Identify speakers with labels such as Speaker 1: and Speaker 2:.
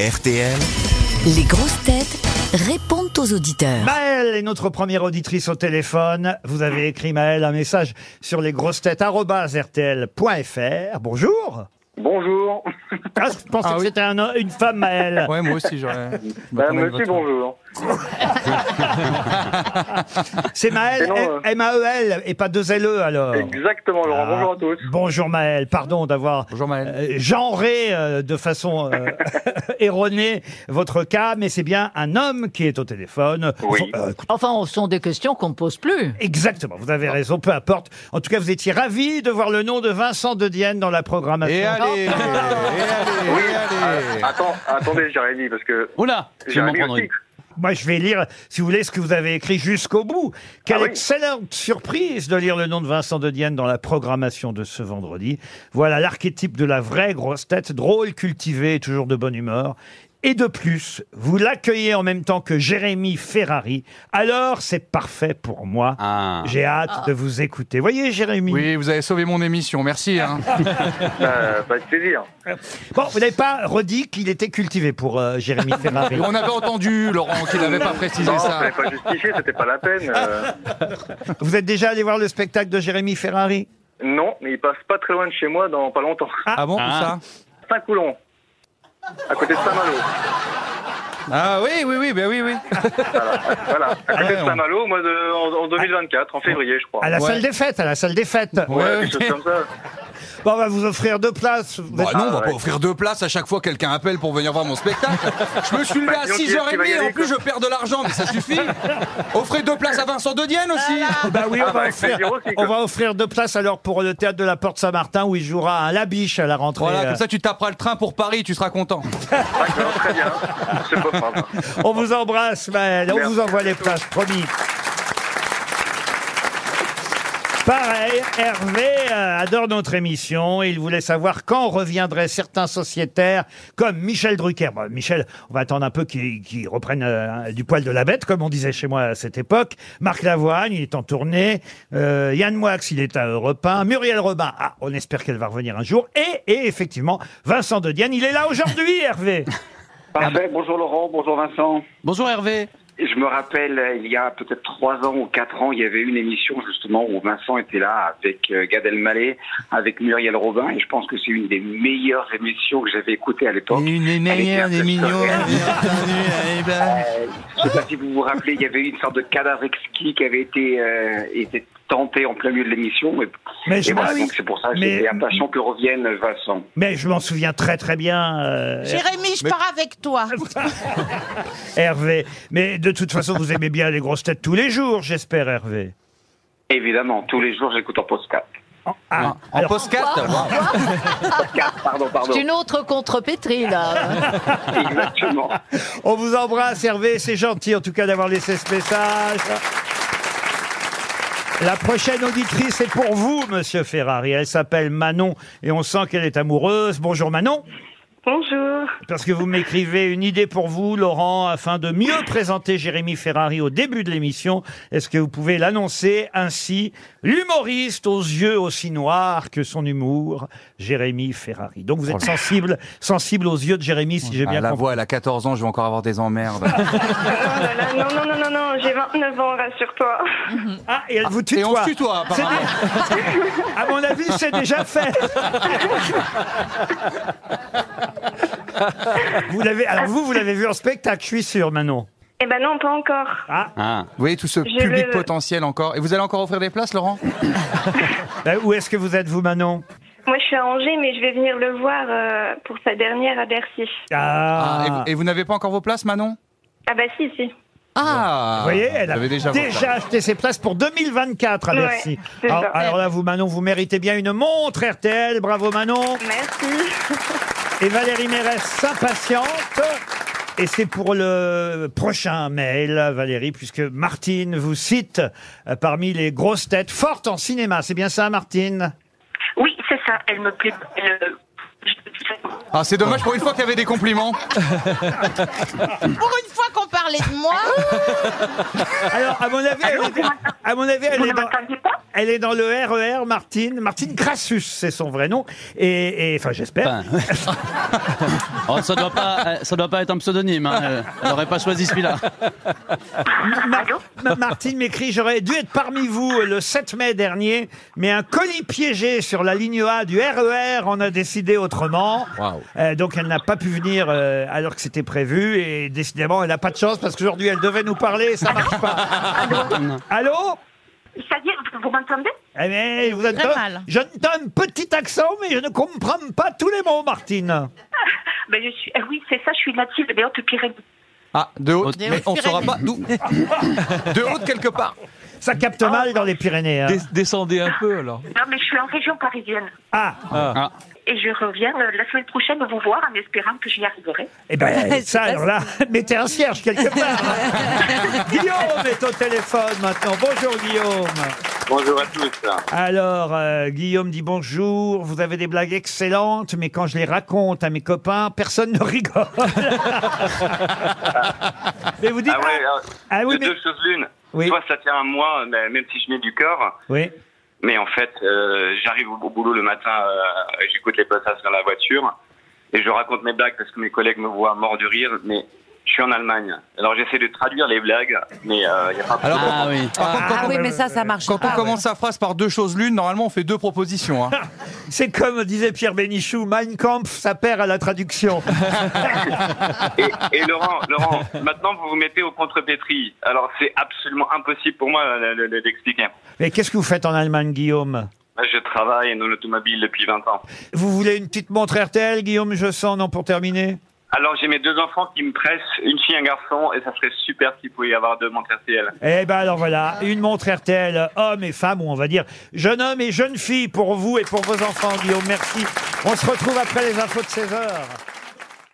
Speaker 1: RTL.
Speaker 2: Les grosses têtes répondent aux auditeurs.
Speaker 3: Maëlle est notre première auditrice au téléphone. Vous avez écrit, Maëlle, un message sur lesgrossetêtes.rtl.fr. Bonjour.
Speaker 4: Bonjour.
Speaker 3: Ah, je pensais que c'était un- une femme, Maëlle.
Speaker 5: Ouais, moi aussi, j'aurais.
Speaker 4: Madame, Euh, monsieur, bonjour.
Speaker 3: C'est Maëlle,
Speaker 4: Mais non,
Speaker 3: M-
Speaker 4: euh.
Speaker 3: M-A-E-L, et pas deux L-E, alors.
Speaker 4: Exactement, Laurent.
Speaker 3: Ah.
Speaker 4: Bonjour à tous.
Speaker 3: Bonjour, Maëlle. Pardon d'avoir
Speaker 5: Bonjour, Maëlle.
Speaker 3: euh, genré euh, de façon euh, erronée votre cas, mais c'est bien un homme qui est au téléphone.
Speaker 4: Oui.
Speaker 3: Euh,
Speaker 6: Enfin, ce sont des questions qu'on ne pose plus.
Speaker 3: Exactement, vous avez raison, peu importe. En tout cas, vous étiez ravi de voir le nom de Vincent de Dienne dans la programmation.
Speaker 5: Et allez, et allez, et allez.
Speaker 4: Ah, Attends, attendez, j'arrive dit parce que
Speaker 7: Oula Je vais m'en
Speaker 4: j'arrive
Speaker 7: prendre
Speaker 4: aussi.
Speaker 7: une.
Speaker 3: Moi, je vais lire, si vous voulez, ce que vous avez écrit jusqu'au bout. Quelle
Speaker 4: Ah oui.
Speaker 3: excellente surprise de lire le nom de Vincent de Dienne dans la programmation de ce vendredi. Voilà l'archétype de la vraie grosse tête, drôle, cultivée, et toujours de bonne humeur. Et de plus, vous l'accueillez en même temps que Jérémy Ferrari. Alors, c'est parfait pour moi.
Speaker 7: Ah.
Speaker 3: J'ai hâte de vous écouter. Voyez, Jérémy.
Speaker 5: Oui, vous avez sauvé mon émission, merci. Hein.
Speaker 4: Euh, pas de plaisir.
Speaker 3: Bon, vous n'avez pas redit qu'il était cultivé pour euh, Jérémy Ferrari.
Speaker 5: On avait entendu, Laurent, qu'il n'avait pas précisé
Speaker 4: Non,
Speaker 5: ça.
Speaker 4: fallait pas justifier, c'était pas la peine. euh.
Speaker 3: Vous êtes déjà allé voir le spectacle de Jérémy Ferrari
Speaker 4: non, mais il passe pas très loin de chez moi dans pas longtemps.
Speaker 5: Ah bon,
Speaker 7: Ah.
Speaker 5: tout
Speaker 4: Saint-Coulon, à côté de Saint-Malo.
Speaker 5: ça Ah oui, oui, oui, ben oui, oui.
Speaker 4: Voilà, à côté de
Speaker 5: ouais,
Speaker 4: Saint-Malo, au mois de- en, en 2024, en février, je crois.
Speaker 3: À la
Speaker 5: Ouais.
Speaker 3: salle des fêtes, à la salle des fêtes.
Speaker 5: Ouais,
Speaker 4: Ouais,
Speaker 5: ouais.
Speaker 4: quelque chose comme ça.
Speaker 3: Bon, on va vous offrir deux places. Vous
Speaker 8: Bah
Speaker 3: êtes-
Speaker 8: non, on va
Speaker 4: Ah ouais.
Speaker 8: pas offrir deux places à chaque fois que quelqu'un appelle pour venir voir mon spectacle. Je me suis levé à
Speaker 4: sinon, qui est-ce qui va Bah, y
Speaker 8: 6h30
Speaker 4: aller,
Speaker 8: en plus je perds de l'argent, mais ça suffit. Offrez deux places à Vincent De Dienne aussi.
Speaker 3: Bah oui, on
Speaker 4: Ah, bah,
Speaker 3: va,
Speaker 4: avec
Speaker 3: offrir,
Speaker 4: plaisir aussi, quoi.
Speaker 3: on va offrir deux places alors pour le théâtre de la Porte Saint-Martin où il jouera un labiche à la rentrée.
Speaker 8: Voilà,
Speaker 3: Euh,
Speaker 8: comme ça tu taperas le train pour Paris, tu seras content.
Speaker 4: D'accord, très bien. C'est pas grave.
Speaker 3: On vous embrasse, Maël. On
Speaker 4: Merci.
Speaker 3: vous envoie les places, promis. Pareil, Hervé euh, adore notre émission. Il voulait savoir quand reviendraient certains sociétaires comme Michel Drucker. Bon, Michel, on va attendre un peu qu'il qu'il reprenne euh, du poil de la bête, comme on disait chez moi à cette époque. Marc Lavoine, il est en tournée. Euh, Yann Moix, il est à Europe 1. Muriel Robin, ah, on espère qu'elle va revenir un jour. Et, et effectivement, Vincent de Dienne, il est là aujourd'hui, Hervé.
Speaker 9: Parfait, bonjour Laurent, bonjour Vincent.
Speaker 7: Bonjour Hervé
Speaker 9: Je me rappelle, euh, il y a peut-être trois ans ou quatre ans, il y avait une émission justement où Vincent était là avec euh, Gad Elmaleh, avec Muriel Robin, et je pense que c'est une des meilleures émissions que j'avais écoutées à l'époque.
Speaker 5: Une
Speaker 9: meilleures des millions,
Speaker 5: mignons.
Speaker 9: Je sais pas si vous vous rappelez, il y avait une sorte de cadavre exquis qui avait été, euh, été tenté en plein milieu de l'émission. Mais,
Speaker 3: Mais
Speaker 9: et
Speaker 3: je
Speaker 9: voilà,
Speaker 3: m'en-
Speaker 9: donc c'est pour ça que
Speaker 3: Mais-
Speaker 9: j'étais impatient que revienne Vincent.
Speaker 3: Mais je m'en souviens très très bien, euh,
Speaker 6: Jérémy, je pars avec toi.
Speaker 3: Hervé. Mais de toute façon, vous aimez bien les grosses têtes tous les jours, j'espère, Hervé.
Speaker 9: Évidemment, tous les jours j'écoute en podcast.
Speaker 3: Ah,
Speaker 8: En
Speaker 3: alors,
Speaker 8: postcard
Speaker 9: Pardon, pardon.
Speaker 6: C'est une autre contrepétrie, là.
Speaker 9: Exactement.
Speaker 3: on vous embrasse, Hervé. C'est gentil, en tout cas, d'avoir laissé ce message. La prochaine auditrice est pour vous, Monsieur Ferrari. Elle s'appelle Manon et on sent qu'elle est amoureuse. Bonjour Manon,
Speaker 10: Bonjour.
Speaker 3: parce que vous m'écrivez une idée pour vous, Laurent, afin de mieux présenter Jérémy Ferrari au début de l'émission. Est-ce que vous pouvez l'annoncer ainsi L'humoriste aux yeux aussi noirs que son humour, Jérémy Ferrari. Donc
Speaker 8: Oh
Speaker 3: vous êtes sensible, sensible aux yeux de Jérémy, si j'ai bien
Speaker 8: Ah, La
Speaker 3: compris.
Speaker 8: voix, elle a 14 ans, je vais encore avoir des emmerdes.
Speaker 10: Oh là là, non, non, non, non, non, j'ai 29 ans, rassure-toi.
Speaker 3: Ah, et elle vous tutoie.
Speaker 8: Et on se tutoie,
Speaker 3: C'est
Speaker 8: apparemment.
Speaker 3: dé- À mon avis, c'est déjà fait. vous l'avez, alors vous, vous l'avez vu en spectacle, je suis sûr, Manon.
Speaker 10: Eh ben non, pas encore.
Speaker 3: Ah,
Speaker 7: Ah.
Speaker 8: Vous voyez tout ce
Speaker 10: Je
Speaker 8: public
Speaker 10: le-
Speaker 8: potentiel encore. Et vous allez encore offrir des places, Laurent
Speaker 3: bah, où est-ce que vous êtes, vous, Manon
Speaker 10: Moi, je suis à Angers, mais je vais venir le voir euh, pour sa dernière à Bercy.
Speaker 3: Ah,
Speaker 8: Ah, Et, et vous n'avez pas encore vos places, Manon
Speaker 10: Ah bah si, si.
Speaker 8: Ah
Speaker 3: Vous voyez, elle a
Speaker 8: Vous avez
Speaker 3: déjà,
Speaker 8: Ah, déjà, vos places.
Speaker 3: acheté ses places pour 2024 à
Speaker 10: Ouais,
Speaker 3: Bercy.
Speaker 10: c'est
Speaker 3: alors,
Speaker 10: ça.
Speaker 3: alors là, vous, Manon, vous méritez bien une montre RTL. Bravo, Manon.
Speaker 10: Merci.
Speaker 3: Et Valérie Mérès s'impatiente. Et c'est pour le prochain mail, Valérie, puisque Martine vous cite euh, parmi les grosses têtes fortes en cinéma. C'est bien ça, Martine
Speaker 10: Oui, c'est ça, elle euh, me plaît.
Speaker 8: Ah, c'est dommage pour une fois qu'il y avait des compliments.
Speaker 6: Pour une fois qu'on parlait de moi,
Speaker 3: Alors, à mon avis, elle est, à mon avis, elle est dans,
Speaker 10: m'entendez pas
Speaker 3: Elle est dans le RER, Martine. Martine Crassus, c'est son vrai nom. Et, et- enfin, j'espère.
Speaker 1: Oh, ça doit pas, euh, ça doit pas être un pseudonyme. hein, euh, Elle aurait pas choisi celui-là.
Speaker 6: Ah,
Speaker 3: Ma- Ma- Martine m'écrit J'aurais dû être parmi vous le 7 mai dernier, mais un colis piégé sur la ligne A du RER en a décidé autrement.
Speaker 8: Waouh.
Speaker 3: Euh, donc elle n'a pas pu venir euh, alors que c'était prévu. Et décidément, elle n'a pas de chance parce qu'aujourd'hui, elle devait nous parler. Ça marche pas. Allô
Speaker 10: C'est-à-dire, vous m'entendez
Speaker 3: Eh bien, je vous
Speaker 6: Très
Speaker 3: donne-
Speaker 6: mal.
Speaker 3: je ne donne petit accent, mais je ne comprends pas tous les mots, Martine.
Speaker 10: ben, je suis... eh Oui, c'est ça, je suis native des Hautes-Pyrénées.
Speaker 8: Ah, de haute.
Speaker 1: Des
Speaker 8: Mais on
Speaker 6: Hautes-Pyrénées.
Speaker 8: saura pas d'où. De haute quelque part.
Speaker 3: Ça capte
Speaker 6: Ah.
Speaker 3: mal dans les Pyrénées. hein.
Speaker 8: descendez un peu alors.
Speaker 10: Non, mais je suis en région parisienne.
Speaker 3: Ah,
Speaker 10: Et je reviens euh, la semaine prochaine vous voir en espérant que j'y arriverai.
Speaker 3: Eh ben, ça, alors là, mettez un cierge quelque part. Guillaume est au téléphone maintenant. Bonjour, Guillaume.
Speaker 9: Bonjour à tous.
Speaker 4: Ah
Speaker 3: Alors, euh, Guillaume dit bonjour. Vous avez des blagues excellentes, mais quand je les raconte à mes copains, personne ne rigole. mais vous dites.
Speaker 4: Ah ouais, ah,
Speaker 3: ah oui,
Speaker 4: de
Speaker 3: mais.
Speaker 4: deux choses l'une.
Speaker 3: Oui.
Speaker 4: Soit ça tient à moi, mais même si je mets du corps.
Speaker 3: ah, Oui.
Speaker 4: Mais en fait, euh, j'arrive au, au boulot le matin, euh, j'écoute les passages dans la voiture et je raconte mes blagues parce que mes collègues me voient mort de rire, mais je suis en Allemagne. Alors j'essaie de traduire les blagues, mais il n'y a pas
Speaker 8: Alors,
Speaker 1: Ah
Speaker 8: quand-
Speaker 1: oui.
Speaker 8: par contre, quand,
Speaker 3: Ah oui, mais ça, ça
Speaker 7: marche
Speaker 8: quand on commence sa phrase par deux choses l'une, normalement, on fait deux propositions. hein.
Speaker 3: C'est comme disait Pierre Bénichou, Mein Kampf, ça perd à la traduction.
Speaker 4: Et, et Laurent, Laurent, maintenant vous vous mettez au contre-pétri. Alors c'est absolument impossible pour moi euh, de- de- d'expliquer.
Speaker 3: Mais qu'est-ce que vous faites en Allemagne, Guillaume
Speaker 4: Je travaille dans l'automobile depuis 20 ans.
Speaker 3: Vous voulez une petite montre RTL, Guillaume, je sens, non, pour terminer
Speaker 4: Alors j'ai mes deux enfants qui me pressent, une fille et un garçon, et ça serait super s'il pouvait y avoir deux montres RTL.
Speaker 3: Eh ben alors voilà, une montre RTL, hommes et femmes, ou on va dire jeune homme et jeune fille pour vous et pour vos enfants, Guillaume. Merci. On se retrouve après les infos de 16 heures.